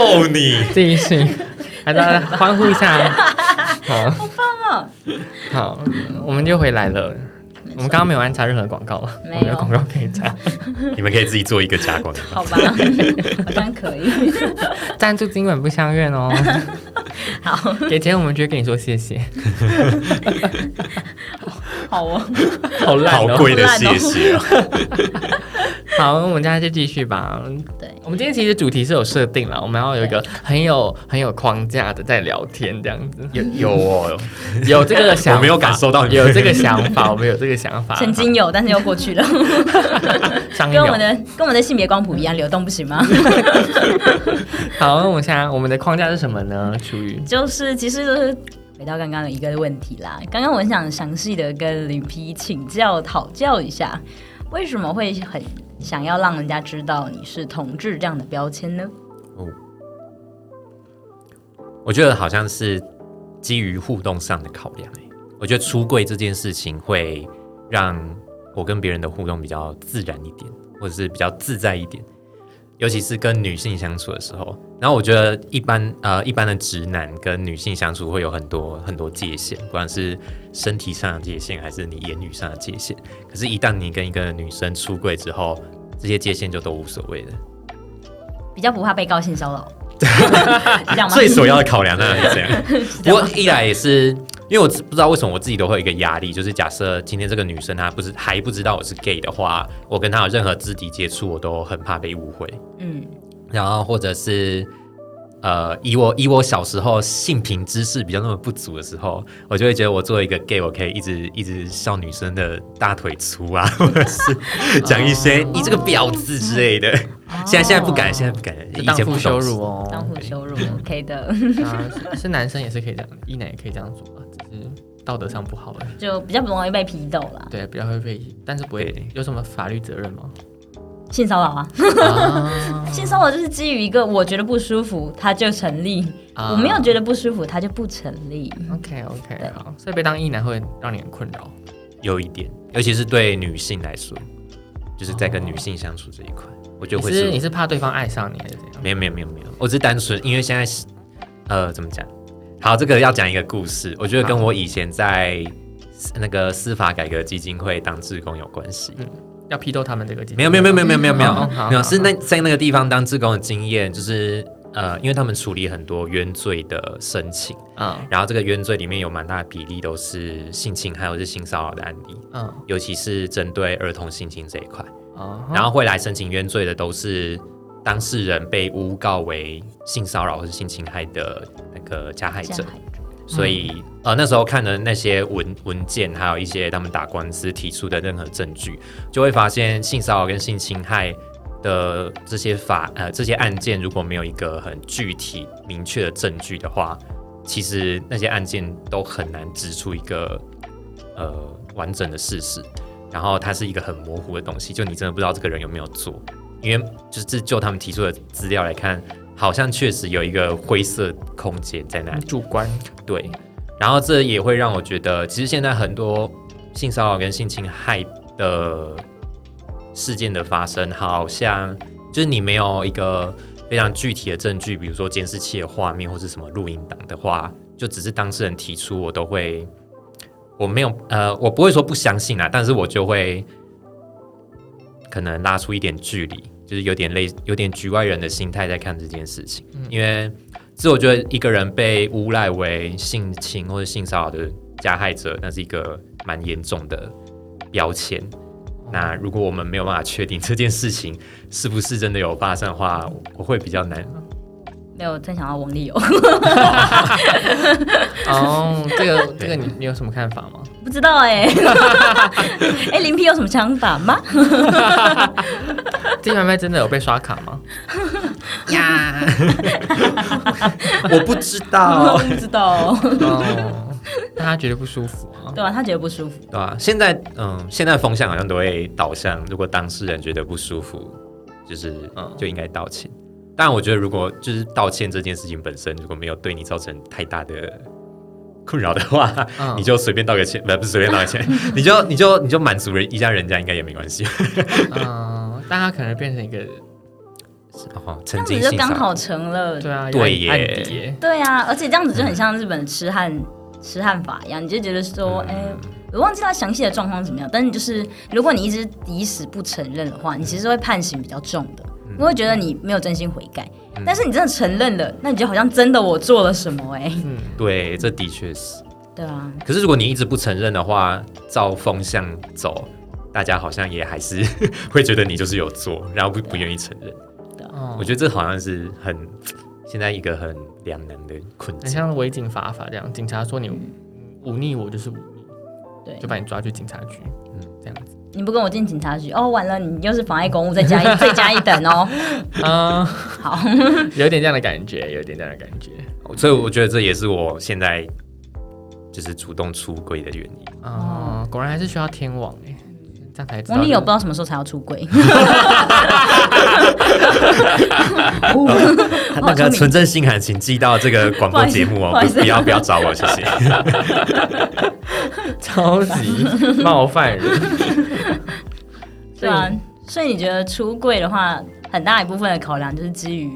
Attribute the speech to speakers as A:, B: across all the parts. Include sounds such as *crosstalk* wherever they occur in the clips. A: 祝你。
B: 这一群，
A: *laughs*
B: 来大家欢呼一下。好啊
C: 好棒哦！
B: 好，我们就回来了。我们刚刚没有安插任何广告，我
C: 没有
B: 们有广告可以插。
A: 你们可以自己做一个假广告。
C: *laughs* 好吧，好像可以。
B: 赞助今晚不相怨 *laughs* 哦，
C: 好
B: 给钱我们直接跟你说谢谢。
C: 好哦，
B: 好烂
A: 好
B: 哦。
A: 贵的谢谢啊！
B: 好，我们现在就继续吧。
C: 对，
B: 我们今天其实主题是有设定了，我们要有一个很有很有框架的在聊天这样子。
A: 有有哦，
B: 有这
A: *laughs*
B: 个想法，
A: 我没有感受到你
B: 有这个想法，我们有这个想
A: *laughs*
B: 法。
C: *laughs* 曾经有，但是又过 *laughs* 去了，
B: 上一
C: 跟我
B: 秒
C: 们。的跟我们的性别光谱一样流动，不行吗？ *laughs*
B: 好，那我们现在我们的框架是什么呢？楚瑜，
C: 就是其实就是回到刚刚的一个问题啦。刚刚我很想详细的跟林皮请教讨教一下，为什么会很想要让人家知道你是同志这样的标签呢？
A: 我觉得好像是基于互动上的考量、欸。我觉得出柜这件事情会让我跟别人的互动比较自然一点，或者是比较自在一点，尤其是跟女性相处的时候。然后我觉得一般呃一般的直男跟女性相处会有很多很多界限，不管是身体上的界限还是你言语上的界限。可是，一旦你跟一个女生出柜之后，这些界限就都无所谓了。
C: 比较不怕被告性骚扰， *laughs* 是这样吗？
A: 最首要的考量
B: *laughs*
A: 当然是这样。不过一来也是，因为我不知道为什么我自己都会有一个压力，就是假设今天这个女生她不是还不知道我是 gay 的话，我跟她有任何肢体接触，我都很怕被误会。
C: 嗯，
A: 然后或者是呃，以我以我小时候性平知识比较那么不足的时候，我就会觉得我作为一个 gay，我可以一直一直笑女生的大腿粗啊， *laughs* 或者是讲一
B: 哦
A: 些你这个婊子之类的。现在现在不敢，现在不敢，
B: 这
A: 以
B: 当
A: 前不
B: 负
A: 懂
B: 羞辱
C: 当
B: 哦。 *laughs*
C: 互羞辱 OK 的， *laughs*
B: 啊，是是男生也是可以这样，一男也可以这样做啊，只是道德上不好而已。
C: 就比较不容易被批斗啦。
B: 对，比较会被，但是不会
A: 对
B: 有什么法律责任吗？
C: *laughs* 性骚扰啊，
B: 啊
C: 性骚扰就是基于一个我觉得不舒服，它就成立；
A: 啊
B: 啊
C: 我没有觉得不舒服，它就不成立。
A: 嗯
B: OK OK，好，所以被当一男会让你很困扰。
A: 有一点，尤其是对女性来说，就是在跟女性相处这一块，我觉得
B: 你
A: 会
B: 哦是你
A: 是
B: 是怕对方爱上你还是怎样？
A: 没有没有没有没有，我只是单纯因为现在是呃怎么讲？好，这个要讲一个故事，我觉得跟我以前在那个司法改革基金会当志工有关系。
B: 要批斗他们这个
A: 没有没有没有没有没有没有没有
B: 嗯好好
A: 没
B: 好
A: 有是那在那个地方当志工的经验，就是呃，因为他们处理很多冤罪的申请，
B: 有啊
A: 然后这个冤罪里面有蛮大的比例都是性侵还有是性骚扰的案例，
B: 嗯
A: 尤其是针对儿童性侵这一块。
B: 啊
A: 然后会来申请冤罪的都是当事人被诬告为性骚扰或是性侵害的那个加害
C: 这
A: 者
C: 样，还
A: 所以呃那时候看的那些文文件，还有一些他们打官司提出的任何证据，就会发现性骚扰跟性侵害的这些法呃这些案件，如果没有一个很具体明确的证据的话，其实那些案件都很难指出一个呃完整的事实。然后它是一个很模糊的东西，就你真的不知道这个人有没有做，因为就是就他们提出的资料来看，好像确实有一个灰色空间在那里。
B: 主
A: *laughs*
B: 观
A: 对，然后这也会让我觉得，其实现在很多性骚扰跟性侵害的事件的发生，好像就是你没有一个非常具体的证据，比如说监视器的画面或是什么录音档的话，就只是当事人提出，我都会，我没有呃，我不会说不相信啊，但是我就会可能拉出一点距离，就是有点类有点局外人的心态在看这件事情，因为。其实我觉得一个人被诬赖为性侵或者性骚扰的加害者，那是一个蛮严重的标签。那如果我们没有办法确定这件事情是不是真的有发生的话，我我会比较难。 *laughs*
C: 没有，真想要王力友，
B: 哦，这个这个你你有什么看法吗？
C: 不知道
A: *laughs*
C: 哎、欸。哎、林皮有什么想法吗？
B: 这买卖真的有被刷卡
A: *laughs*
B: 吗？
A: 我不知道，
C: *laughs* 不知道，
B: 哦，但他觉得不舒服啊。
C: 对啊，他觉得不舒服，
A: 对吧、现在嗯，现在风向好像都会导向，如果当事人觉得不舒服，就是
B: 嗯
A: 就应该道歉。但我觉得，如果就是道歉这件事情本身，如果没有对你造成太大的困扰的话，
B: 嗯
A: 你就随便道个歉，不不是随便道个歉， *laughs* 你就你就
B: *laughs*
A: 你就满足人一下人家应该也没关系。
B: 嗯，但他可能变成一个
A: 哦，
C: 这
A: 曾
C: 样子
A: 经
C: 就
A: 性
C: 刚
A: 骚扰
C: 好成了
B: 对啊，
A: 对
B: 有点
A: 耶
B: 暗底耶，
C: 对啊，而且这样子就很像日本的痴汉痴汉法一样，你就觉得说，哎、我忘记他详细的状况怎么样，但是你就是如果你一直抵死不承认的话，你其实会判刑比较重的，你会觉得你没有真心悔改。但是你真的承认了，那你就好像真的我做了什么哎、
A: 对，这的确是。
C: 对啊，
A: 可是如果你一直不承认的话，照风向走，大家好像也还是 *laughs* 会觉得你就是有做，然后不不愿意承认。
C: 啊
B: 哦
A: 我觉得这好像是很现在一个很两难的困
B: 很
A: 境。
B: 像违警法法这样，警察说你忤逆我就是忤逆，
C: 对
B: 就，把你抓去警察局，嗯，这样子。
C: 你不跟我进警察局，哦，完了，你又是妨碍公务，再加一 *laughs* 再加一等哦。
B: *laughs* 啊，
C: 好，
B: *laughs* 有点这样的感觉，有点这样的感觉。
A: 所以我觉得这也是我现在就是主动出柜的原因。
B: 哦，果然还是需要天网哎，这样才知道。
C: 王力友不知道什么时候才要出轨， *laughs* 好
A: 那
C: 聪
A: 个
C: 明
A: 纯正信函，请寄到这个广播节目
C: *laughs* 不
A: 哦
C: 好意，思
A: 不不要不要找我，谢谢。
B: *laughs* 超
C: *laughs*
B: 级冒犯人，
C: 对啊，所以你觉得出柜的话，很大一部分的考量就是基于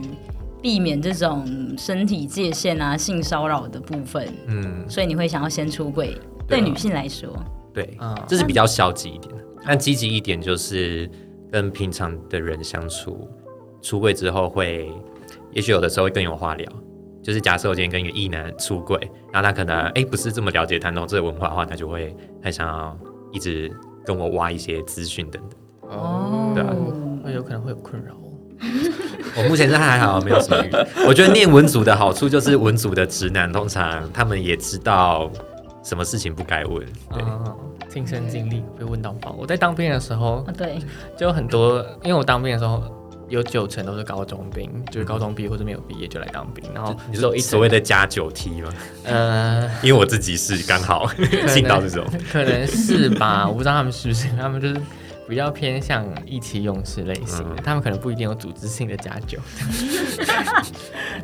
C: 避免这种身体界限啊、性骚扰的部分，
A: 嗯，
C: 所以你会想要先出柜。
A: 对
C: 对
A: 啊
C: 女性来说，
A: 对
B: 嗯，
A: 这是比较消极一点的。但积极一点就是跟平常的人相处，出柜之后会，也许有的时候会更有话聊。就是假设我今天跟一个异男出柜，然后他可能哎、诶不是这么了解谈同志的文化的话，他就会很想要一直跟我挖一些资讯等等。
B: 哦，
A: 对啊
B: 会有可能会有困扰哦。
A: 我目前是还好，没有什么遇。我觉得念文组的好处就是文组的直男通常他们也知道什么事情不该问，对，
B: 嗯，亲身经历被问到爆。我在当兵的时候
C: 啊，对，
B: 就有很多，因为我当兵的时候有九成都是高中兵，就是高中毕业或者没有毕业就来当兵，然 *laughs* 后
A: 你
B: 只有
A: 说
B: 一
A: 所
B: 成
A: 谓的加九 T 吗？
B: 呃。
A: 因为我自己是刚好 *laughs* 进到这种，
B: 可能是吧，我不知道他们是不是，他们就是比较偏向意气用事类型
A: 嗯
B: 的，他们可能不一定有组织性的加酒， *laughs*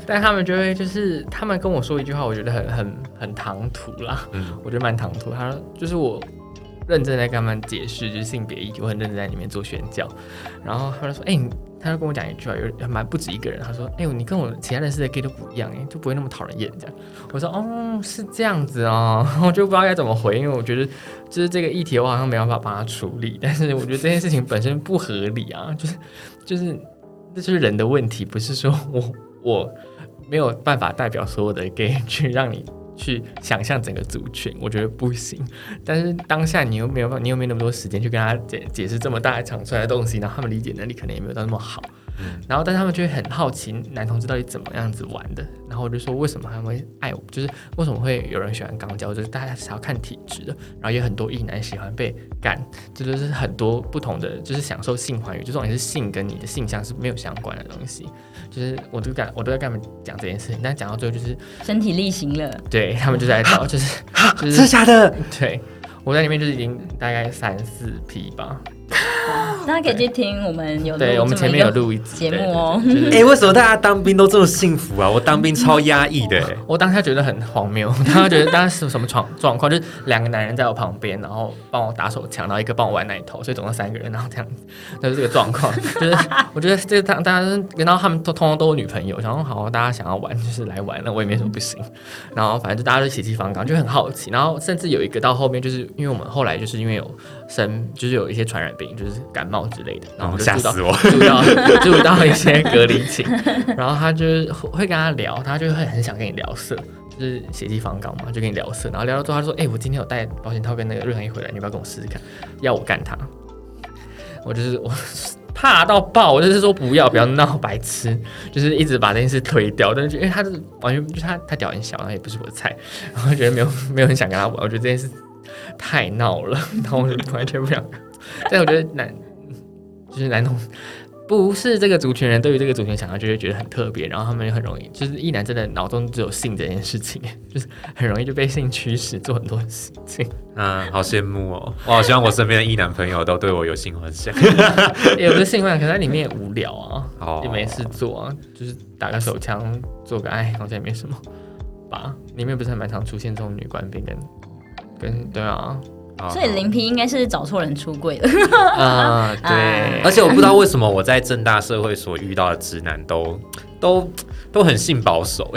B: 但他们就会就是他们跟我说一句话，我觉得很很很唐突啦，
A: 嗯
B: 我觉得蛮唐突。他说就是我认真在跟他们解释，就是性别议题，我很认真在里面做宣教，然后他们就说，哎、你他就跟我讲一句话，有蛮不止一个人，他说：“哎、呦，你跟我其他认识的 gay 都不一样、哎，就不会那么讨人厌这样。”我说：“哦，是这样子哦。” *laughs* 我就不知道该怎么回，因为我觉得就是这个议题，我好像没办法帮他处理。 *laughs* 但是我觉得这件事情本身不合理啊， *laughs* 就是就是这就是人的问题，不是说我 *laughs* 我没有办法代表所有的 gay 去让你去想象整个族群，我觉得不行。但是当下你又没有办法，你又没那么多时间去跟他解解释这么大一场出来的东西，然后他们理解能力可能也没有到那么好。然后，但他们就会很好奇男同志到底怎么样子玩的。然后我就说，为什么他们会爱我？就是为什么会有人喜欢肛交？就是大家是要看体质的。然后也很多异男喜欢被干，这就是很多不同的，就是享受性欢愉，就这种也是性跟你的性向是没有相关的东西。就是我都敢，我都在跟他们讲这件事情，但讲到最后就是
C: 身体力行了，
B: 对他们就在聊，就是 *laughs* 就是
A: 假的？
B: 对，我在里面就是已经大概三四批吧。
C: 大家可以去听我哦们有录
B: 对，我们
C: 这么
B: 前
C: 一
B: 面有
C: 个
B: 录一集
C: 节目。哦。
B: 对对对
A: 哎、为什么大家当兵都这么幸福啊？我当兵超压抑的、欸，
B: 我当下觉得很荒谬， *laughs* 当下觉得当时什么什么状状况，就是两个男人在我旁边，然后帮我打手枪，然后一个帮我玩奶头，所以总共三个人，然后这样子，就是这个状况。 *laughs* 就是我觉得这个当大家，然后他们都通通都有女朋友，然后好大家想要玩就是来玩，那我也没什么不行。然后反正就大家都血气方刚，就很好奇。然后甚至有一个到后面，就是因为我们后来就是因为有生，就是有一些传染病，就是感冒之类的，然
A: 然
B: 后
A: 后
B: 我们
A: 吓
B: 就住到
A: 死我。
B: 住到住到一些隔离寝，然后他就是会会跟他聊，他就会很想跟你聊色，就是血气方刚嘛，就跟你聊色，然后聊到最后他说，哎、我今天有带保险套跟那个润寒衣回来，你要不要跟我试试看？要我干他？我就是我怕到爆，我就是说不要不要闹白痴， *laughs* 就是一直把这件事推掉，但是就因为他是完全就是他他屌很小，然后也不是我的菜，然后觉得没有没有很想跟他玩，我觉得这件事太闹了，然后我就完全不想。但我觉得男就是男同不是这个族群人对于这个族群想要就会觉得很特别，然后他们也很容易就是一男真的脑中只有性这件事情， *laughs* 就是很容易就被性驱使做很多事 *laughs* 情，
A: 嗯，好羡慕哦！我好希望我身边的异男朋友都对我有性幻
B: *laughs*
A: 想。
B: 也不是性幻，可是它里面也无聊啊，
A: 哦
B: 也没事做啊，就是打个手枪做个爱，好像也没什么吧。里面不是还蛮常出现这种女官兵跟跟对啊，
A: 好
C: 所以林皮应该是找错人出柜了。
B: 哦啊，对，
A: 哦而且我不知道为什么我在正大社会所遇到的直男都都都很性保守，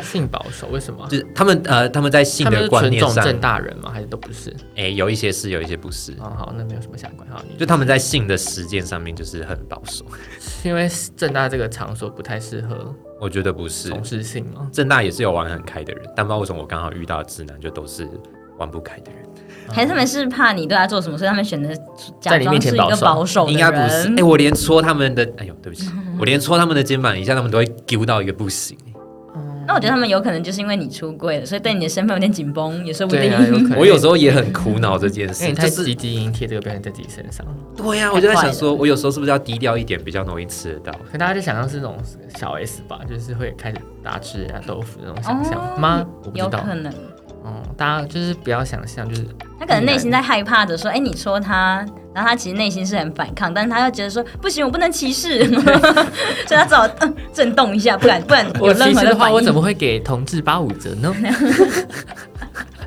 B: 性保守为什么啊？
A: 就是他们呃他们在性
B: 他们
A: 的
B: 是
A: 观
B: 纯
A: 念
B: 种
A: 上，
B: 正大人吗？还是都不是？
A: 哎、有一些是，有一些不是。
B: 哦，好，那没有什么相关。好，你
A: 就他们在性的实践上面就是很保守，
B: 是因为正大这个场所不太适合
A: 我觉得不是。
B: 从事性吗？
A: 正大也是有玩很开的人，但不知道为什么我刚好遇到的直男就都是玩不开的人，
C: 还是他们是怕你对他做什么，所以他们选择假
B: 在你
C: 装
B: 面
C: 是
B: 前
C: 一
B: 保
C: 个
B: 守
C: 保守的
A: 应
C: 人。
A: 该不是。哎、我连戳他们的，哎呦，对不起，我连戳他们的肩膀一下，他们都会丢到一个不行。
C: 那我觉得他们有可能就是因为你出柜了，所以对你的身份有点紧绷，也说不定。
B: 对啊，有可能。
A: 我有时候也很苦恼这件
B: 因为
A: 事，
B: 你
A: 就
B: 太
A: 是
B: 积极，已经贴这个标签在自己身上，
A: 对啊呀、我就在想
C: 太坏
A: 说，
C: 了
A: 我有时候是不是要低调一点，比较容易吃得到？
B: 可大家就想象是那种小 S 吧，就是会开始大吃人家豆腐那种想象吗？我不知
C: 哦 *laughs* 有
B: 道
C: 可。能，
B: 嗯，大家就是不要想象，就是
C: 他可能内心在害怕着说：“哎、你说他。”然后他其实内心是很反抗，但是他又觉得说：“不行，我不能
B: *laughs*
C: 歧视。”所以他只好、嗯震动一下，不然不然有
B: *laughs* 我
C: 任
B: 歧
C: 何
B: 视的话，
C: 反
B: 我怎
C: 应。
B: 么会给同志八五折呢？ *laughs*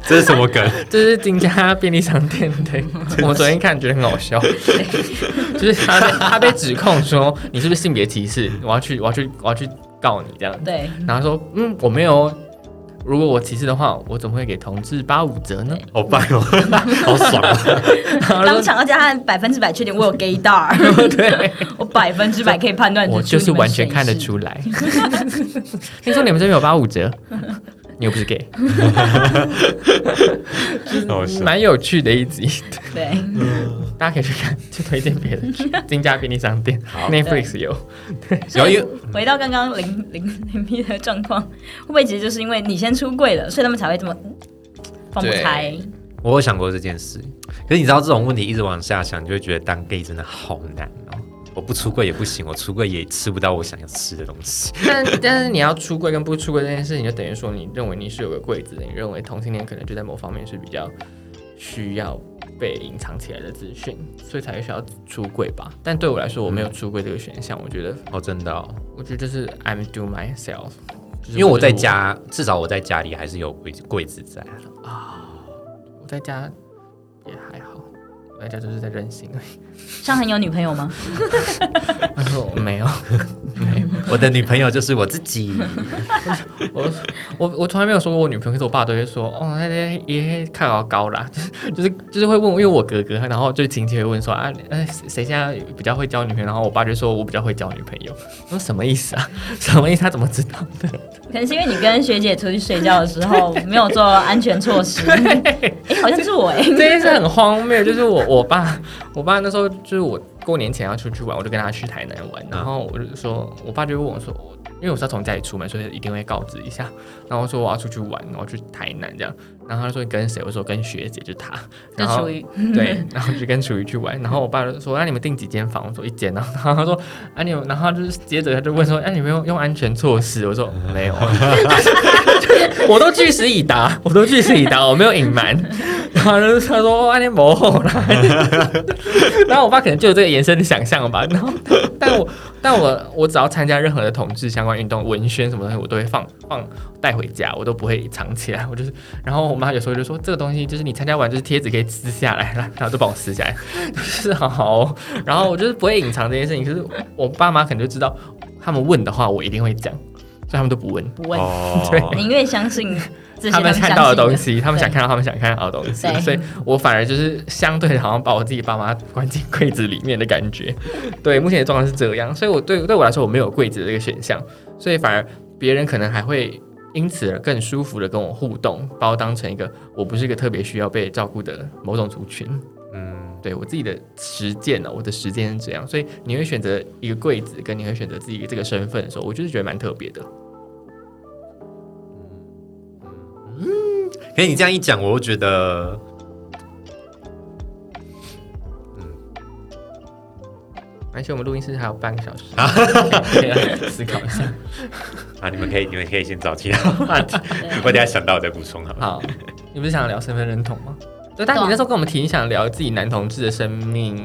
A: 这是什么梗？ *laughs*
B: 这是金家便利商店
C: *laughs*
B: 的，我昨天看觉得很好笑，就是他被他被指控说你是不是性别歧视，我要去我要去我要去告你这样，
C: 对，
B: 然后说嗯我没有哦，如果我歧视的话，我怎么会给同志八五折呢？
A: 好棒哦，好爽哦！
B: 然后
C: *laughs* 当
B: 说
C: 场要加他百分之百确定我有
B: *laughs*
C: gaydar，
B: 对，
C: 我百分之百可以判断得
B: 我
C: 出
B: 就是
C: 你们
B: 完全
C: 谁
B: 看得
C: 是
B: 出
C: *laughs*
B: 来。听说你们这边有八五折，你又不是 gay，
A: 好笑
B: 蛮有趣的一集，
C: 对。
B: 嗯大家可以去看，去推荐别
C: *laughs*
B: 人去金家便利商店
A: 好
B: ，Netflix 有。
A: 然后因为
C: 回到刚刚林林林碧的状况，会不会其实就是因为你先出柜了，所以他们才会这么嗯放不开？
A: 我有想过这件事，可是你知道这种问题一直往下想，你就会觉得当 gay 真的好难哦。我不出柜也不行，我出柜也吃不到我想要吃的东西。 *laughs*
B: 但但是你要出柜跟不出柜这件事情，就等于说你认为你是有个柜子的，你认为同性恋可能就在某方面是比较需要被隐藏起来的资讯，所以才会需要出柜吧。但对我来说，我没
A: 嗯
B: 有出柜这个选项，我觉得
A: 哦，真的、哦，
B: 我觉得就是 I'm do myself，就是
A: 因为我在
B: 就是
A: 家，至少我在家里还是有柜柜子在啊。
B: 我，我在家也还好，我在家就是在任性而已。 *laughs*
C: 上恒有女朋友吗？
B: 但是我没有，
A: 我的女朋友就是我自己，
B: 我我我从来没有说过我女朋友，可是我爸都会说，哦，那那也看好高啦， *laughs* 就是就是就是会问我，因为我哥哥，然后就亲戚会问说啊，呃，谁谁现在比较会交女朋友？然后我爸就说我比较会交女朋友，我说什么意思啊？ *laughs* 什么意思？他怎么知道的？
C: 可能是因为你跟学姐出去睡觉的时
B: *laughs*
C: 候没有做安全措施。哎、好像是我哎、
B: 这件事很荒谬，就是我我爸我爸那时候就是我过年前要出去玩，我就跟他去台南玩，然后我就说，我爸就问我说，我因为我是要从家里出门，所以一定会告知一下，然后我说我要出去玩，我要去台南这样，然后他说你跟谁？我说跟学姐，就他，
C: 就
B: 然后
C: 属于
B: 对，然后就跟楚瑜去玩，然后我爸就说：“那、你们订几间房？”我说：“一间。” *laughs* 然后然后他说：“啊，你们……”然后他就是接着他就问说：“哎、你们用用安全措施？”我说：“没有。”啊 *laughs* 我都据实以答，我都据实以答，我没有隐瞒。然后他就他说：“哦安全模糊啦。” *laughs* 然后我爸可能就有这个延伸的想象吧。然后，但我但我我只要参加任何的统治相关运动、文宣什么东西，我都会放放带回家，我都不会藏起来，我就是然后我妈有时候就说，这个东西就是你参加完就是贴纸可以撕下来，然后 *laughs* 然后就帮我撕下来，就是好好哦、然后我就是不会隐藏这件事情，可是我爸妈可能就知道，他们问的话我一定会讲，所以他们都不问。
C: 不问，
A: 哦，
C: 你越相信这些
B: 他们
C: 相信
B: 看到的东西，他们
C: 对
B: 想看到他们想看到的东西
C: 对，
B: 所以我反而就是相对的好像把我自己爸妈关进柜子里面的感觉。 *laughs* 对，目前的状况是这样，所以我对对我来说我没有柜子的这个选项，所以反而别人可能还会因此而更舒服的跟我互动，把我当成一个我不是一个特别需要被照顾的某种族群。
A: 嗯，
B: 对我自己的实践呢、我的实践是这样，所以你会选择一个柜子，跟你会选择自己这个身份的时候，我就是觉得蛮特别的。
A: 可是你这样一讲，我又觉得，
B: 而且我们录音室还有半个小时，可以来思考一下。
A: 啊，你们可以，你们可以先找其他话题，
C: 对
A: *laughs* 我等一下想到我再补充好了。
B: 好，你不是想聊身份认同吗？对，但你
C: 对啊
B: 那时候跟我们提，你想聊自己男同志的生命、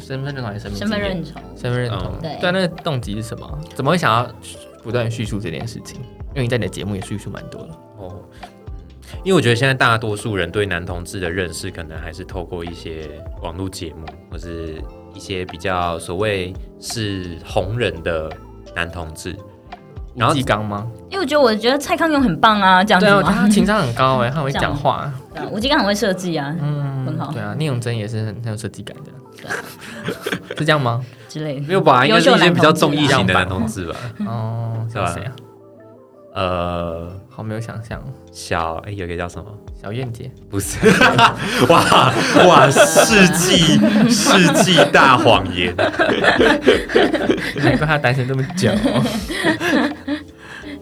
B: 身份认同还是生命
C: 身份
B: 经验、
C: 认同。
B: 身份认同
A: 嗯。
C: 对
B: 对啊，那个动机是什么？怎么会想要不断叙述这件事情？因为你在你的节目也叙述蛮多了。
A: 哦，因为我觉得现在大多数人对男同志的认识，可能还是透过一些网络节目，或是一些比较所谓是红人的男同志。然
B: 吴
A: 后嗯
B: 继刚吗？
C: 因为我觉得我觉得蔡康永很棒啊，这样子
B: 对啊，我觉得
C: 吗
B: 他？情商很高哎，他很会
C: 这样
B: 讲话，
C: 对啊吴京刚很会设计啊
B: 嗯，
C: 嗯很好
B: 对啊，聂永真也是很很有设计感的， *laughs* 是这样
A: *laughs*
B: 吗？
C: 之类的。
A: 没有吧？应该是一些比较重义
C: 艺
A: 型的男
B: 样
A: 同 *laughs* 志吧。
B: 哦，
A: 是
B: 叫
A: 吧
B: 谁啊？
A: 呃，
B: 好没有想象，
A: 小哎、有一个叫什么？
B: 小燕姐，
A: 不是，哇哇，世纪世纪大谎言。
B: *laughs* 难怪她单身这么
A: *laughs*
B: 久。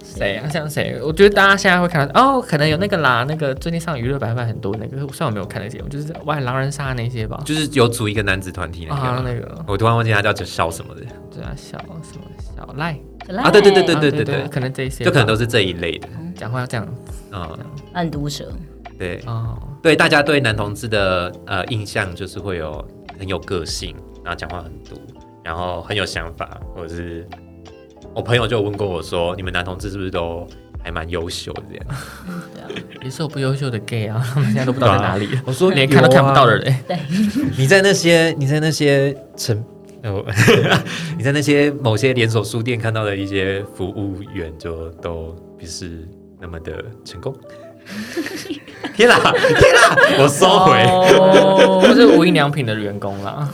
B: 谁啊？像谁？我觉得大家现在会看到哦，可能有那个啦，那个最近上娱乐百分百很多那个，虽然我没有看那节目，就是外狼人杀那些吧。
A: *laughs* 就是有组一个男子团体那
B: 啊
A: 个，，
B: 那个
A: 我突然忘记他叫小什么的，
B: 对啊，小什么小赖
A: 啊对对对对
B: 啊对
A: 对
B: 可能这一些吧
A: 就可能都是这一类的。
B: 讲话要这样
A: 嗯，
C: 烂毒蛇，
A: 对
B: 哦，
A: 对，大家对男同志的呃印象就是会有呃很有个性，然后讲话很毒，然后很有想法，或者是我朋友就有问过我说，你们男同志是不是都还蛮优秀的这样？
C: 对啊，
B: 也是有不优秀的 gay 啊，他们现在都不知道在哪 *laughs* 里，
A: 啊我说
B: 连看都看不到的。
A: *laughs*
B: 人。
A: 你在那些你在那些成。哦你在那些某些连锁书店看到的一些服务员，就都不是那么的成功。 *laughs* 天啦天啦，我收回。
B: 哦，或是无印良品的员工啦。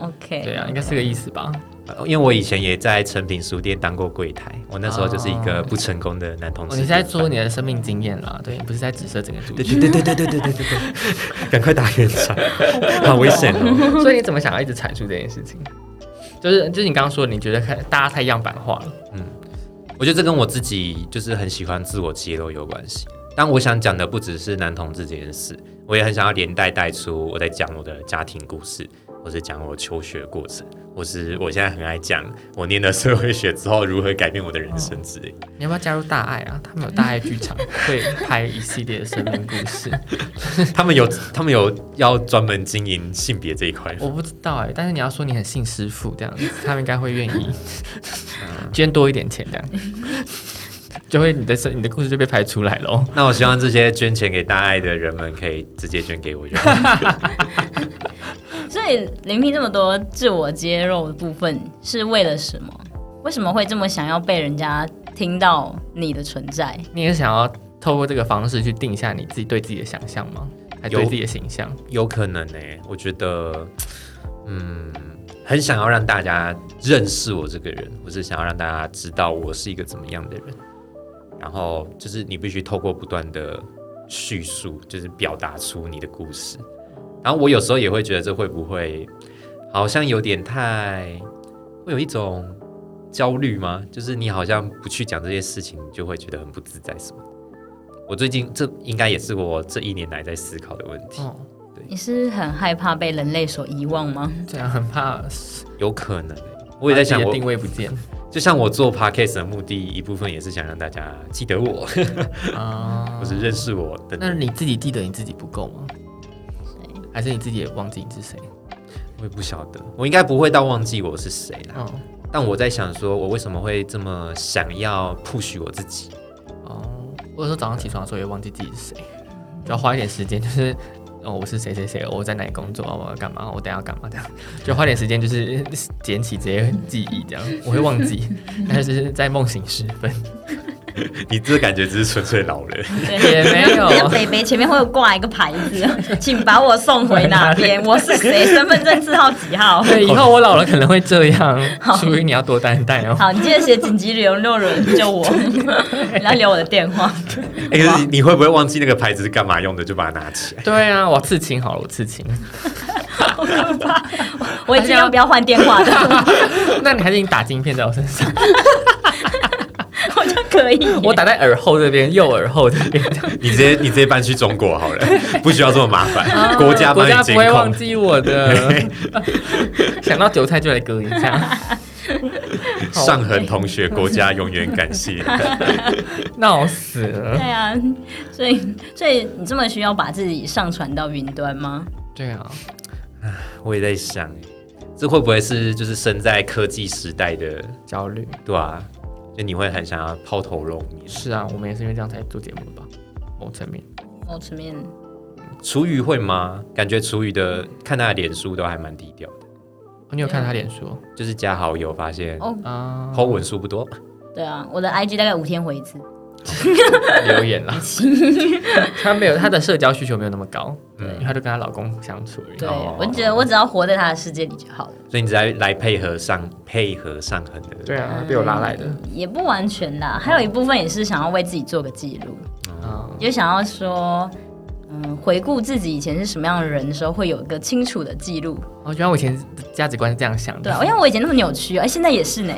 C: OK，
B: 对啊，应该是个意思吧？
A: 因为我以前也在成品书店当过柜台，我那时候就是一个不成功的男同
B: 哦，
A: 志。
B: 你是在说你的生命经验啦，对，不是在指涉整个主
A: 对？
B: 题。
A: 对对对对对对对对对，赶快打圆场，好危险
B: *laughs*
A: 哦！
B: 所以你怎么想要一直阐述这件事情？就是就是你刚刚说，你觉得看大家太样板化了，
A: 我觉得这跟我自己就是很喜欢自我揭露有关系。但我想讲的不只是男同志这件事，我也很想要连带带出我在讲我的家庭故事，或是讲我求学过程，或是我现在很爱讲我念了社会学之后如何改变我的人生之类的。 *laughs*
B: 你要不要加入大爱啊？他们有大爱剧场， *laughs* 会拍一系列的生命故事。
A: 他们有他们有要专门经营性别这一块吗，
B: 我不知道哎、但是你要说你很信师傅这样子，他们应该会愿 *laughs* 意捐多一点钱这样，就会你的生你的故事就被拍出来喽。
A: 那我希望这些捐钱给大爱的人们可以直接捐给我就好。
C: 所以聆听这么多自我揭露的部分是为了什么？为什么会这么想要被人家听到你的存在？
B: 你也想要透过这个方式去定一下你自己对自己的想象吗？还对
A: 有
B: 自己的形象？
A: 有可能呢、我觉得，嗯，很想要让大家认识我这个人，我是想要让大家知道我是一个怎么样的人。然后就是你必须透过不断的叙述，就是表达出你的故事。然后我有时候也会觉得这会不会好像有点太，会有一种焦虑吗？就是你好像不去讲这些事情，你就会觉得很不自在什么的。我最近这应该也是我这一年来在思考的问题。
B: 哦，
C: 你是很害怕被人类所遗忘吗？
B: 这样很怕
A: 有可能欸、我也在想
B: 把自己的
A: 我，
B: 定位不 *laughs* 见
A: 就像我做 podcast 的目的，一部分也是想让大家记得我，
B: 啊
A: 或。是认识我等
B: 那
A: 等。
B: 你自己记得你自己不够吗？还是你自己也忘记你是谁？
A: 我也不晓得，我应该不会到忘记我是谁啦。
B: 哦
A: 但我在想，说我为什么会这么想要 push 我自己？
B: 哦，我有时候早上起床的时候也忘记自己是谁，就要花一点时间，就是哦，我是谁谁谁，我在哪里工作，哦我要干嘛，我等一下要干嘛这样，就花点时间就是 *laughs* 捡起这些记忆这样，我会忘记，但是在梦醒时分
A: 你这感觉只是纯粹老人，
B: 也没有
C: 那北北前面会有挂一个牌子， *laughs* 请把我送回哪边？我是谁？身份证字号几号？
B: 对，以后我老了可能会这样，所以你要多担待哦。
C: 好，你记得写紧急联络人
B: *laughs*
C: 救我，你要留我的电话。
A: 哎、可是你你会不会忘记那个牌子是干嘛用的，就把它拿
B: *laughs*
A: 起来？
B: 对啊，我要刺青好了，我刺青。 *laughs*
C: 好可怕！我已经要不要换电话的，
B: 那你还是你打晶片在我身上，
C: *laughs* 我就可以耶。
B: 我打在耳后这边，右耳后这边。
A: 你直接你直接搬去中
B: *laughs*
A: 国好了，不需要这么麻烦，国家帮
B: 国
A: 你
B: 家
A: 监
B: 不会忘
A: 控。
B: 记我的。 *laughs* 想到韭菜就来割一 *laughs* 下。
A: 上恒同学，国家永远感谢。
B: *laughs* 闹死了。
C: 对啊，所以所以你这么需要把自己上传到云端吗？
B: 对啊，
A: 我也在想，这会不会是就是生在科技时代的，
B: 焦虑。
A: 对啊，就你会很想要抛头露面。
B: 是啊，我们也是因为这样才做节目的吧？某层面，
C: 哦，吃面
A: 厨余会吗？感觉厨余的看他的脸书都还蛮低调的，
B: 哦你有看他脸书
A: 就是加好友发现
C: 哦，
B: 啊？
A: po 文数不多，
C: 对啊，我的 IG 大概五天
B: *laughs*
C: 回一次，
B: 啊留言啦。她没有她的社交需求没有那么高，
A: 嗯
B: 她就跟她老公相处而已。
C: 对
A: 哦
C: 我觉得我只要活在他的世界里就好了。
A: 所以你再来配合上配合上很的，
B: 对啊，被我拉来的
C: 嗯也不完全啦，还有一部分也是想要为自己做个记录，
B: 啊。
C: 也想要说，嗯，回顾自己以前是什么样的人的时候，会有一个清楚的记录。
B: 我觉得我以前的价值观是这样想
C: 对
B: 的 *laughs*
C: 啊，，因为我以前那么扭曲，哎、现在也是呢。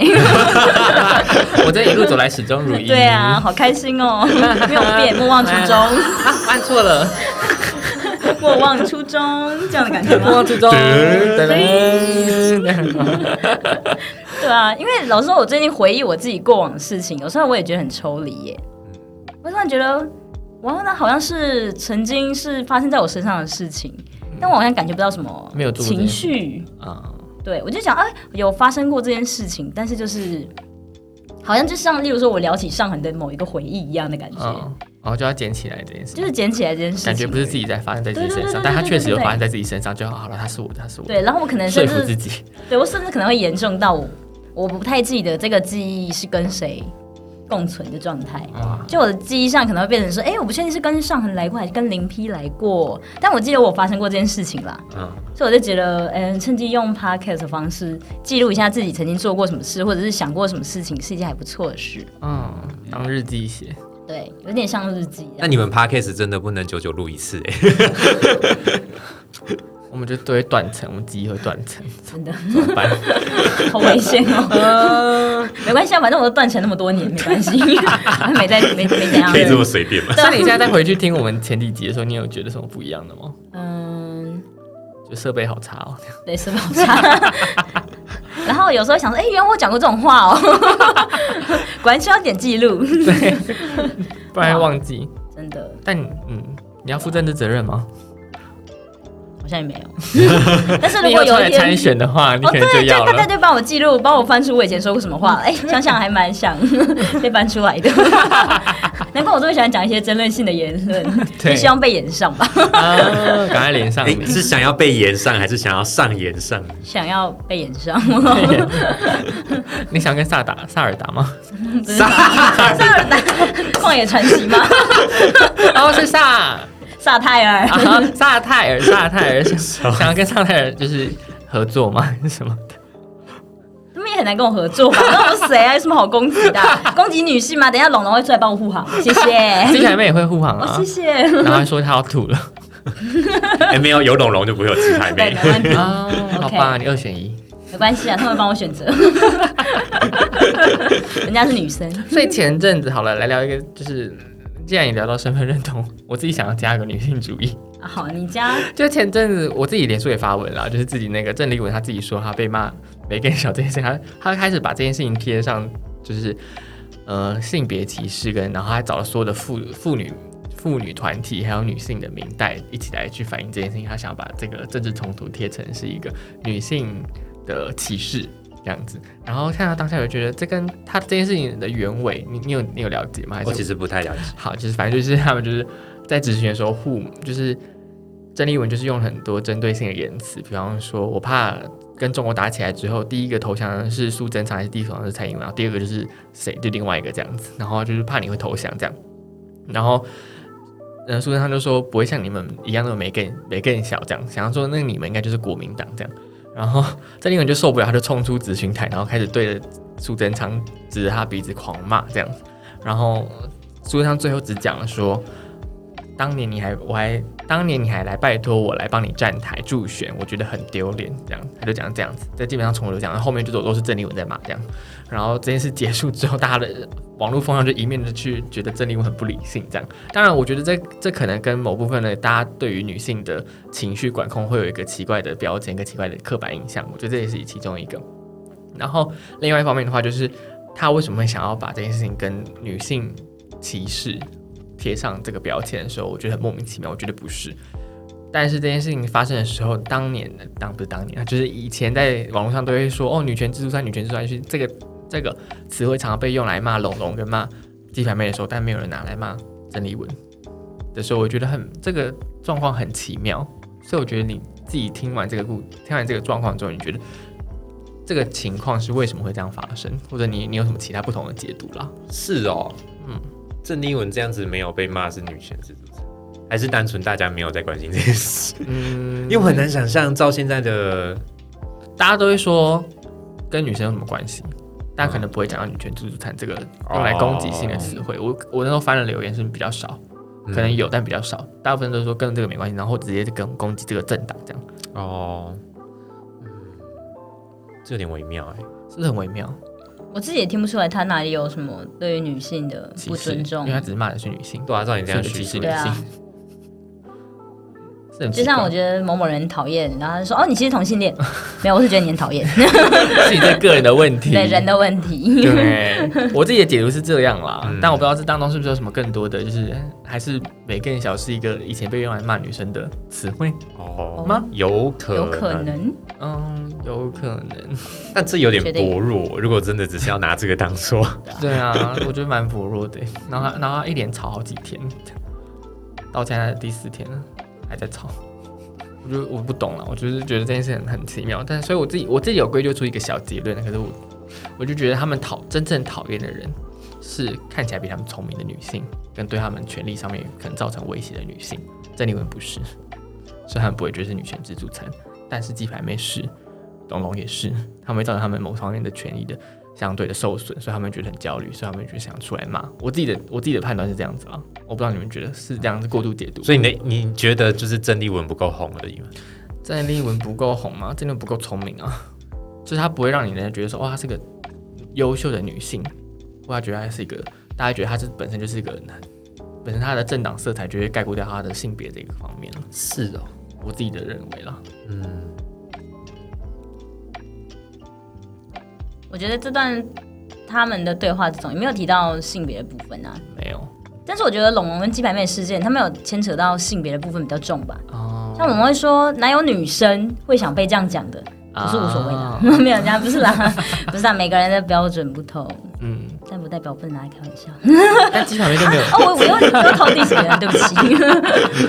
B: 我这一路走来始终 *laughs* 如一。
C: 对啊，，好开心哦，没有变，莫忘初
B: *laughs*
C: 衷，
B: 啊，按错 *laughs* 了，
C: 莫忘初衷这样的感觉
B: 莫
C: 吗？
B: 忘初衷。噔 *laughs* 噔
C: 对啊，因为老实说，我最近回忆我自己过往的事情，有时候我也觉得很抽离耶。
B: 嗯
C: 我突然觉得，哇，那好像是曾经是发生在我身上的事情，但我好像感觉不到什么
B: 嗯没有做过这
C: 情
B: 件事
C: 绪。
B: 啊，
C: 对，我就想，哎、有发生过这件事情，但是就是好像就像，例如说我聊起上海的某一个回忆一样的感觉，
B: 嗯，哦，就要捡起来这件事
C: 就。是捡起来这件事情，
B: 感觉不是自己在发生在自己身上，
C: 对对对对对
B: 但它确实有
C: 对
B: 发生在自己身上，就好好了，它是我的，它是我的，
C: 对，然后我可能
B: 说
C: 甚
B: 服自
C: 至
B: 己。
C: 对我甚至可能会严重到我我不太记得这个记忆是跟谁共存的状态。
B: 哇，
C: 就我的记忆上可能会变成说，哎、我不确定是跟上恒来过还是跟林批来过，但我记得我发生过这件事情啦，
A: 嗯，
C: 所以我就觉得，嗯、趁机用 podcast 的方式记录一下自己曾经做过什么事，或者是想过什么事情，是一件还不错的事。
B: 嗯，当日记写，
C: 对，有点像日记一啊
A: 那
C: 样。
A: 你们 podcast 真的不能久久录一次哎、 *laughs*
B: 我们就都会断层，我们记忆会断
C: *laughs*
B: 层，
C: 真的
B: 怎么办？
C: 好危险哦。没关系啊，反正我都断层那么多年，没关系，还没在没没怎样。
A: 么随便吗？
B: 那你现在再回去听我们前几集的时候，你有觉得什么不一样的吗？
C: 嗯，
B: 就设备好差
C: *laughs*
B: 哦，
C: 对，是好差。 *laughs* 然后有时候想说，哎、原来我讲过这种话哦， *laughs* 果然需要点记录，
B: 不然会忘记。
C: 真的
B: 但嗯，你要负政治责任吗？
C: 好像也没有。
B: *laughs*
C: 但是如
B: 你
C: 果
B: 要出
C: 有一
B: 来参
C: 天。
B: 选的话，你
C: 哦，
B: 可
C: 对，
B: 能就
C: 就
B: 要
C: 大家
B: 了。
C: 就帮我记录，帮我翻出我以前说过什么话。
B: *laughs*
C: 哎、想想还蛮想被翻出来的，难怪我这么喜欢讲一些争论性的言论，
B: 对
C: 也希望被延上吧。
B: 啊，赶快连上
C: *laughs*
A: 哎、
B: 你。
A: 是想要被延上，还是想要上延上？
C: 想要被演上，
B: 你想跟萨达萨尔达吗？ *laughs*
C: 萨 *laughs* 尔达旷野传奇吗？
B: 哦，是萨
C: 萨泰
B: *laughs*
C: 尔，
B: 啊，萨泰尔，萨泰尔想想要跟萨泰尔就是合作吗？ *laughs* 还是什么？
C: 他们也很难跟我合作吧？ *laughs* 那我谁啊？有什么好攻击的啊、 *laughs* 攻击女性吗？等一下龙龙会出来帮我护航，
B: *laughs*
C: 谢
B: 之
C: 谢。
B: 前妹也会护航
C: 哎哦，
B: 啊
C: 谢，谢。
B: 然后还说他要吐
C: *laughs*
B: 了
A: 哎、没有有龙龙就不会有鸡排
C: 对，
A: 妹
C: 没。问题，
B: 啊， *laughs* 好吧，你二选一。
C: 没关系啊，他们帮我选择。 *laughs* 人家是女生，
B: 所以前阵子好了，来聊一个，就是既然你聊到身份认同，我自己想要加一个女性主义。
C: 啊好，你家
B: *laughs* 就前阵子我自己脸书也发文啦，就是自己那个郑丽文她自己说她被骂没跟小这件事，她她开始把这件事情贴上，就是呃性别歧视跟，然后还找了所有的妇妇女。妇女团体还有女性的明代一起来去反映这件事情，她想要把这个政治冲突贴成是一个女性的歧视这样子。然后看到当下，我就觉得这跟她这件事情的原委，你你有你有了解吗？还是
A: 我其实不太了解，
B: 好，就是反正就是他们就是在执行的时候互，就是郑丽文就是用很多针对性的言辞，比方说我怕跟中国打起来之后，第一个投降的是苏贞昌还是第一个投降的是蔡英文，然后第二个就是谁就另外一个这样子，然后就是怕你会投降这样，然后。呃，苏贞昌就说不会像你们一样那么没更没更小这样，想要说那你们应该就是国民党这样。然后郑丽文就受不了，他就冲出咨询台，然后开始对着苏贞昌指着他鼻子狂骂这样子。然后苏贞昌最后只讲了说，当年你还我还当年你还来拜托我来帮你站台助选，我觉得很丢脸，这样他就讲这样子，这基本上从头就讲，后面就都都是郑丽文在骂这样。然后这件事结束之后，大家的网络风向就一面的去觉得郑丽文很不理性这样。当然，我觉得这这可能跟某部分的大家对于女性的情绪管控会有一个奇怪的标签跟奇怪的刻板印象，我觉得这也是其中一个。然后另外一方面的话，就是他为什么会想要把这件事情跟女性歧视贴上这个标签的时候，我觉得很莫名其妙，我觉得不是。但是这件事情发生的时候，当年当不是当年啊，就是以前在网络上都会说哦，女权自助餐，女权自助餐是这个这个词汇常常被用来骂龙龙跟骂鸡排妹的时候，但没有人拿来骂郑丽文。的时候，我觉得很这个状况很奇妙，所以我觉得你自己听完这个故听完这个状况之后，你觉得这个情况是为什么会这样发生，或者你你有什么其他不同的解读啦？
A: 是哦，
B: 嗯
A: 嗯，郑丽文这样子没有被骂是女权是不是？还是单纯大家没有在关心这件事？
B: 嗯
A: 因为我很难想象照现在的
B: 大家都会说跟女生有什么关系，大家可能不会讲到女权自助餐这个
A: 哦
B: 用来攻击性的词汇。我我那时候翻的留言是比较少，
A: 嗯
B: 可能有但比较少，大部分都说跟这个没关系，然后直接跟攻击这个政党这样，
A: 哦，嗯这有点微妙哎、
B: 是不是很微妙？
C: 我自己也听不出来他哪里有什么对于女性的
B: 歧
C: 不
B: 视，
C: 尊
B: 因
C: 重
B: 为。他只是骂的是女性，
A: 对啊，照你这
B: 所以
A: 样
B: 就
A: 叙
B: 歧视
A: 述
B: 女
C: 对啊
B: 性。是很
C: 就
B: 奇怪
C: 像我觉得某某人很讨厌，然后他说：“哦，你其实同性恋。”没有，我是觉得你很
B: *laughs*
C: 讨厌，
B: 是你的个人的问题，
C: *laughs* 对人的问题。
B: 对，我自己的解读是这样啦，
A: 嗯
B: 但我不知道这当中是不是有什么更多的，就是还是每个人小是一个以前被用来骂女生的词汇，
A: 哦
B: 吗
A: 有可
C: 有可能，
B: 嗯，有可能，
A: 但这有点
C: 觉得
A: 薄弱。如果真的只是要拿这个当说，
B: 对啊，我觉得蛮薄弱的。然后他，然后他一连吵好几天，到现在第四天了，还在吵。我就我不懂了，我就是觉得这件事很很奇妙，但所以我自己我自己有归咎出一个小结论，可是我我就觉得他们讨真正讨厌的人是看起来比他们聪明的女性，跟对他们权利上面可能造成威胁的女性。郑丽文不是，所以他们不会觉得是女权自助餐，但是鸡排妹是，董龙也是，他们会造成他们某方面的权益的相对的受损，所以他们觉得很焦虑，所以他们就想出来骂。我自己的我自己的判断是这样子啊，我不知道你们觉得是这样子过度解读。
A: 所以你的你觉得就是郑丽文不够红而已吗？
B: 郑丽文不够红吗？郑丽文不够聪明啊，就是她不会让你人家觉得说哇，她是个优秀的女性，或她觉得她是一个，大家觉得她是本身就是一个，本身她的政党色彩就会盖过掉她的性别这个方面了。
A: 是哦，
B: 我自己的认为啦，
A: 嗯，
C: 我觉得这段他们的对话之中也没有提到性别的部分啊。
B: 没有
C: 但是我觉得龙龙跟鸡排妹事件，他们有牵扯到性别的部分比较重吧。
B: 哦，
C: 像我们会说，哪有女生会想被这样讲的？
B: 啊
C: 不是无所谓啊啦， *laughs* 没有这样，不是啦，不是啦，啊每个人的标准不同，
B: 嗯，
C: 但不代表不能拿来开玩笑。
B: 但鸡排妹就
C: *laughs*
B: 没有，
C: 哦，我我又又偷地别人，对不起。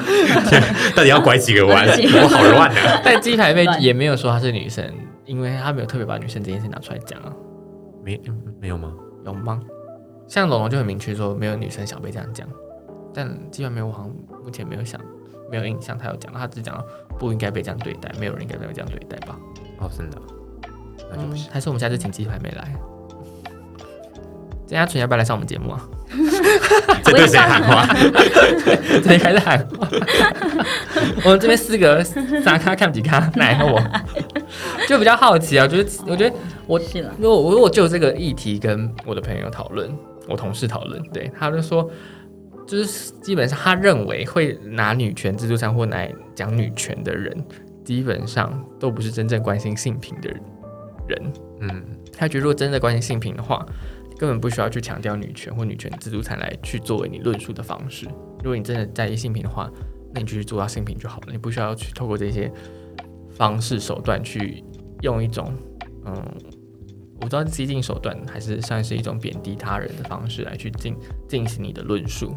A: *laughs* 到底要拐几个弯？
C: *laughs* 对不起
A: 我好乱啊！
B: 但鸡排妹
C: 乱
B: 也没有说她是女生，因为她没有特别把女生这件事拿出来讲啊，
A: 没没有吗？
B: 有吗？像龙龙就很明确说没有女生想被这样讲，但鸡排妹我好像目前没有想没有印象她有讲，她只讲到不应该被这样对待，没有人应该被这样对待吧？
A: 哦，真的，那就不行。
B: 还是我们下次请鸡排妹来。郑家纯要不要来上我们节目啊？ *laughs*
A: 这对谁喊话？
B: 这里开始喊话，我们这边四个三咖看几咖，哪个我？ *laughs* 就比较好奇啊，就是我觉得我
C: 是了，
B: 如果我如果就这个议题跟我的朋友讨论，我同事讨论，对，他就说，就是基本上他认为会拿女权自助餐或来讲女权的人，基本上都不是真正关心性平的人。
A: 嗯，
B: 他觉得如果真的关心性平的话，根本不需要去强调女权或女权自助餐来去作为你论述的方式。如果你真的在意性平的话，那你就去做到性平就好了，你不需要去透过这些方式手段去用一种嗯，我不知道是激进手段还是算是一种贬低他人的方式来去进进行你的论述。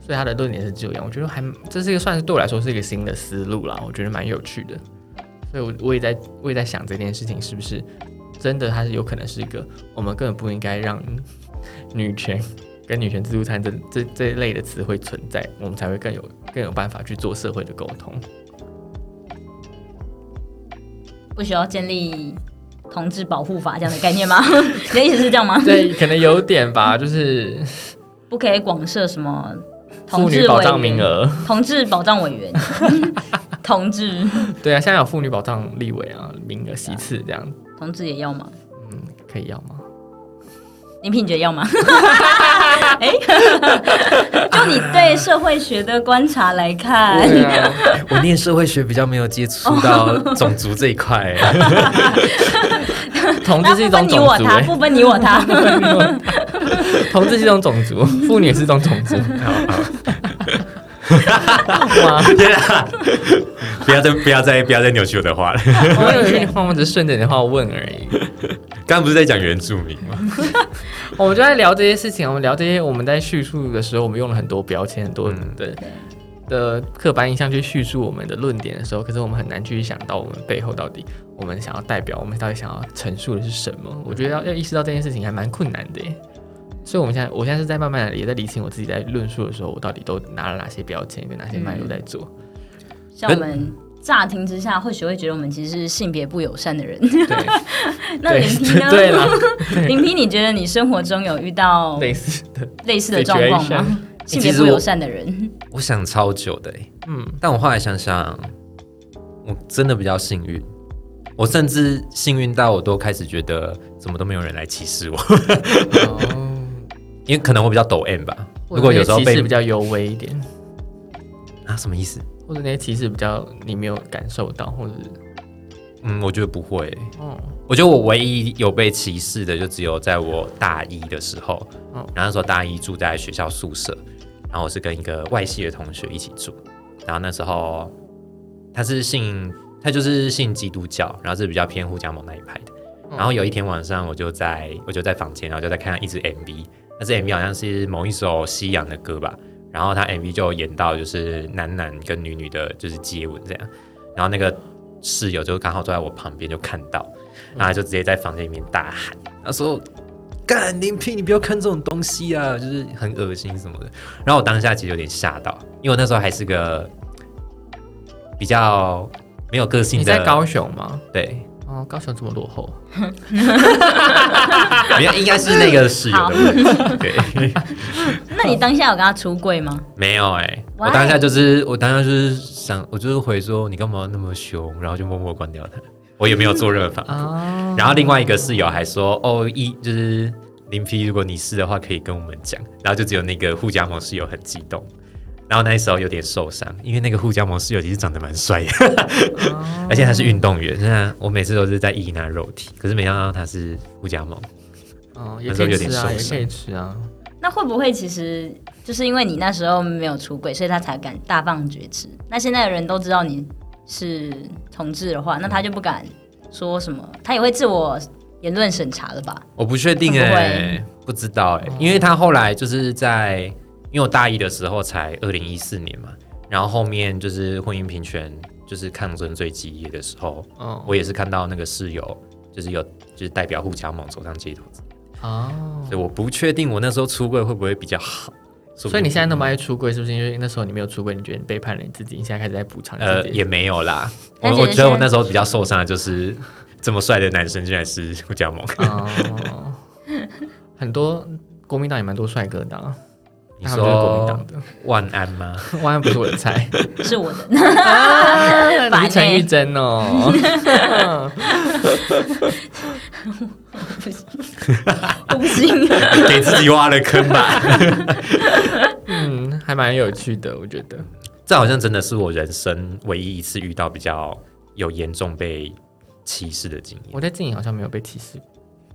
B: 所以他的论点是这样，我觉得还这是一个算是对我来说是一个新的思路啦，我觉得蛮有趣的。所以我我也在我也在想这件事情是不是真的，它是有可能是一个我们根本不应该让女权跟女权自助餐这这这一类的词汇存在，我们才会更有更有办法去做社会的沟通。 *laughs*
C: 不需要建立同志保护法这样的概念吗？ *laughs* 你的意思是这样吗？
B: 对，可能有点吧，就是
C: *laughs* 不可以广设什么
B: 妇
C: 同
B: 女
C: 志
B: 保
C: 委
B: 障
C: 员、
B: 名额，
C: 同志保障委员、 *laughs* 同志、
B: *laughs* 对啊，现在有妇女保障立委啊，名额席次这样，
C: 同志也要吗？
B: 嗯，可以要
C: *laughs*
B: 吗？
C: 林品觉得要
B: *laughs*
C: 吗？哎、 *laughs* 就你对社会学的观察来看，
B: 对啊，
A: 我念社会学比较没有接触到种族这一块、欸，
B: 同
C: 那
B: 志是一
C: 不
B: 种
C: 分你
B: 种
C: 我
B: 族、
C: 他，
B: 欸，
C: 不分你我他。
B: *laughs* 同志是一种种
C: *laughs*
B: 族， *laughs* 妇女也是一种种族，
A: 好好
B: 哇，
A: 天啊！不要再不要再不要再扭曲我的话了。
B: *laughs* 我有一句话，我只是顺着你的话问而已。
A: 刚刚不是在讲原住民吗？
B: 我们就在聊这些事情，我们聊这些，我们在叙述的时候，我们用了很多标签，很多
A: 嗯
B: 的、的刻板印象去叙述我们的论点的时候，可是我们很难去想到我们背后到底我们想要代表，我们到底想要陈述的是什么。我觉得要要意识到这件事情还蛮困难的耶。所以，我们现在，我现在是在慢慢的也在理清我自己在论述的时候，我到底都拿了哪些标签，跟哪些脉络在
C: *laughs*
B: 做。
C: 像我们乍听之下，或许会觉得我们其实是性别不友善
B: *laughs*
C: 的人。
B: 对，
C: 那林批呢
B: 对？ *laughs* 对了，
C: 林 *laughs* 批，你觉得你生活中有遇到
B: 类似的，
C: 类似的状况吗？性别不友善的人，
A: 我想超久的、欸，
B: 嗯，
A: 但我后来想想，我真的比较幸运。我甚至幸运到我都开始觉得怎么都没有人来歧视我，
B: 哦，
A: 因为可能我比较抖 M 吧。
B: 或者
A: 如果有时候
B: 那些歧
A: 被
B: 视比较尤为一点，
A: 啊什么意思？
B: 或者那些歧视比较你没有感受到，或者是
A: 嗯，我觉得不会欸、
B: 哦，
A: 我觉得我唯一有被歧视的，就只有在我大一的时候，
B: 嗯
A: 然后那时候大一住在学校宿舍，然后我是跟一个外系的同学一起住，然后那时候他是信，他就是信基督教，然后是比较偏护家盟那一派的。
B: 嗯
A: 然后有一天晚上，我就在我就在房间，然后就在看一支 MV，那支 MV 好像是某一首西洋的歌吧，然后他 MV 就演到就是男男跟女女的就是接吻这样，然后那个室友就刚好坐在我旁边就看到，然后他就直接在房间里面大喊，他说。干林平，你不要看这种东西啊，就是很恶心什么的。然后我当下其实有点吓到，因为我那时候还是个比较没有个性
B: 你
A: 的。
B: 在高雄吗？
A: 对，
B: 哦，高雄这么落后，
A: *laughs* 没有，应该是那个室友的问题。对， *laughs*
C: 那你当下有跟他出柜吗？
A: 没有哎、
C: Why？
A: 我当下就是我当下就是想，我就是回说你干嘛那么凶，然后就默默关掉他，我也没有做任何反应。
B: 啊
A: 然后另外一个室友还说，哦，一就是林皮，如果你是的话，可以跟我们讲。然后就只有那个互加盟室友很激动。然后那时候有点受伤，因为那个互加盟室友其实长得蛮帅的，而且他是运动员。那我每次都是在意那肉体，可是没想到他是互加盟。
B: *laughs* 哦，也
A: 那
B: 可
A: 时候
B: 以
A: 有点
B: 吃啊，
A: 受
B: 也
A: 伤
B: 可以吃啊，
C: 那会不会其实就是因为你那时候没有出轨，所以他才敢大放厥词？那现在的人都知道你是同志的话，那他就不敢说什么，他也会自我言论审查
B: *laughs*
C: 了吧？
A: 我不确定
C: 会
A: 哎、
C: 不会
A: 不知道
B: 哦
A: 哎、因为他后来就是在，因为我大一的时候才二零一四年嘛，然后后面就是婚姻平权就是抗争最激烈的时候，
B: 哦
A: 我也是看到那个室友就是有就是代表互加盟走上街头，
B: 哦，
A: 所以我不确定我那时候出柜会不会比较好。说不定
B: 所以你现在那么爱出柜，是不是因为那时候你没有出柜，你觉得你背叛了你自己，你现在开始在补偿
A: 呃
B: 自己？
A: 也没有啦，我
C: 但是
A: 我
C: 你
A: 觉得我
C: 现在
A: 那时候比较受伤的就是这么帅的男生竟然是互加盟，
B: 哦，很多国民党也蛮多帅哥的啊，
A: 你
B: 那 *laughs* 他们就是国民
A: 说
B: 党的， *laughs*
A: 万安吗？ *laughs*
B: 万安不是我的菜，
C: *laughs* 是我的，
B: 啊
C: 烦
B: *laughs* 你是陈
C: 欸
B: 玉珍哦。
C: 我不行。
A: 给自己挖了坑吧。
B: 嗯，还蛮有趣的，我觉得。
A: 这好像真的是我人生唯一一次遇到比较有严重被歧视的经验。
B: 我在电影好像没有被歧视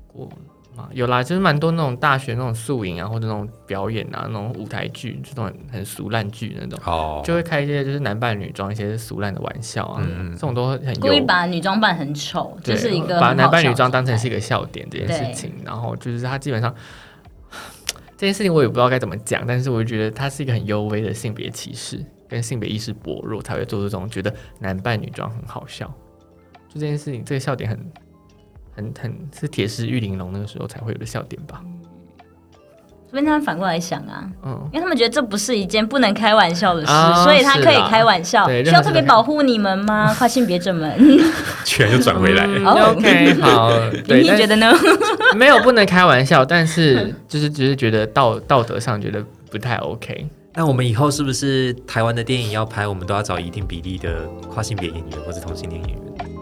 B: 过嘛，有啦，就是蛮多那种大学那种宿营啊，或者那种表演啊，那种舞台剧，这种很很俗烂剧那种，
A: 哦，
B: 就会开一些就是男扮女装一些俗烂的玩笑啊，
A: 嗯
B: 这种都很
C: 故意
B: 有。
C: 把女装扮很丑，
B: 对
C: 就是一
B: *laughs*
C: 个
B: 把
C: 很
B: 男
C: 好
B: 扮女
C: 笑
B: 装
C: 的
B: 当成
C: 状
B: 是一
C: 态
B: 个笑点这件
C: 对
B: 事情，然后就是他基本上 *sighs* 这件事情我也不知道该怎么讲，但是我就觉得他是一个很幽微的性别歧视跟性别意识薄弱才会做出这种觉得男扮女装很好笑，就这件事情这个笑点很很很是铁石玉玲珑那个时候才会有的笑点吧，
C: 所以他们反过来想啊，
B: 嗯。
C: 因为他们觉得这不是一件不能开玩笑的事，
B: 啊
C: 所以他可以开玩
B: 是
C: 笑。
B: 啦对
C: 需
B: 任何
C: 要特
B: 事
C: 别
B: 都可以
C: 保护你们
B: *laughs*
C: 吗？跨性别者们，
A: 居然就转回来了。
B: 嗯 OK，好，对，
C: 你
B: 但
C: 觉
B: 是
C: 得呢？
B: 没有不能开玩笑，但是就是只是觉得道道德上觉得不太 OK。
A: 那我们以后是不是台湾的电影要拍，我们都要找一定比例的跨性别演员或是同性恋演员？